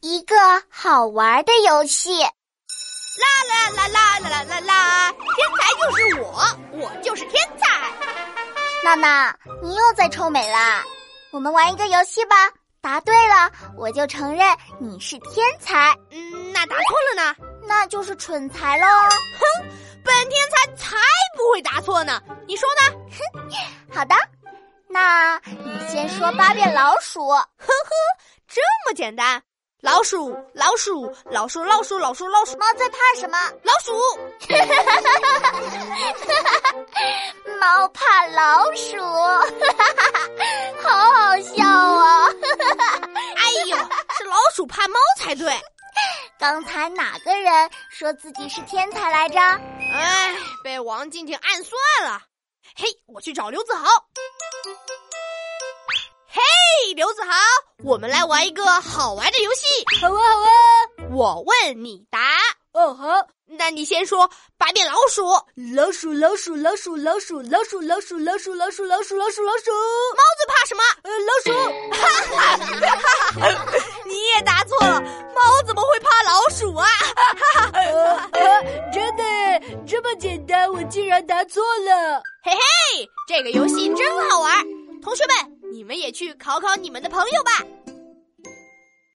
一个好玩的游戏。啦啦啦啦啦啦啦啦！天才就是我，我就是天才。娜娜，你又在臭美啦！我们玩一个游戏吧，答对了我就承认你是天才，嗯，那答错了呢？那就是蠢才喽。哼，本天才才不会答错呢！你说呢？好的，那你先说八遍老鼠。这么简单？老鼠，老鼠，老鼠，老鼠，老鼠，老鼠，猫最怕什么？老鼠。猫怕老鼠， 好好笑啊！哎呦，是老鼠怕猫才对。刚才哪个人说自己是天才来着？哎，被王静静暗算了。嘿，我去找刘子豪。嘿，刘子豪，我们来玩一个好玩的游戏。好啊，好啊。我问你答，哦，好。那你先说八遍老鼠。猫老鼠，老鼠，老鼠，老鼠，老鼠，老鼠，老鼠，老鼠，老鼠，老鼠，老鼠。最怕什么？呃，老鼠。 你也答错了，猫怎么会怕老鼠啊？呃呃，真的耶这么简单，我竟然答错了。这个游戏真好玩儿，同学们，你们也去考考你们的朋友吧。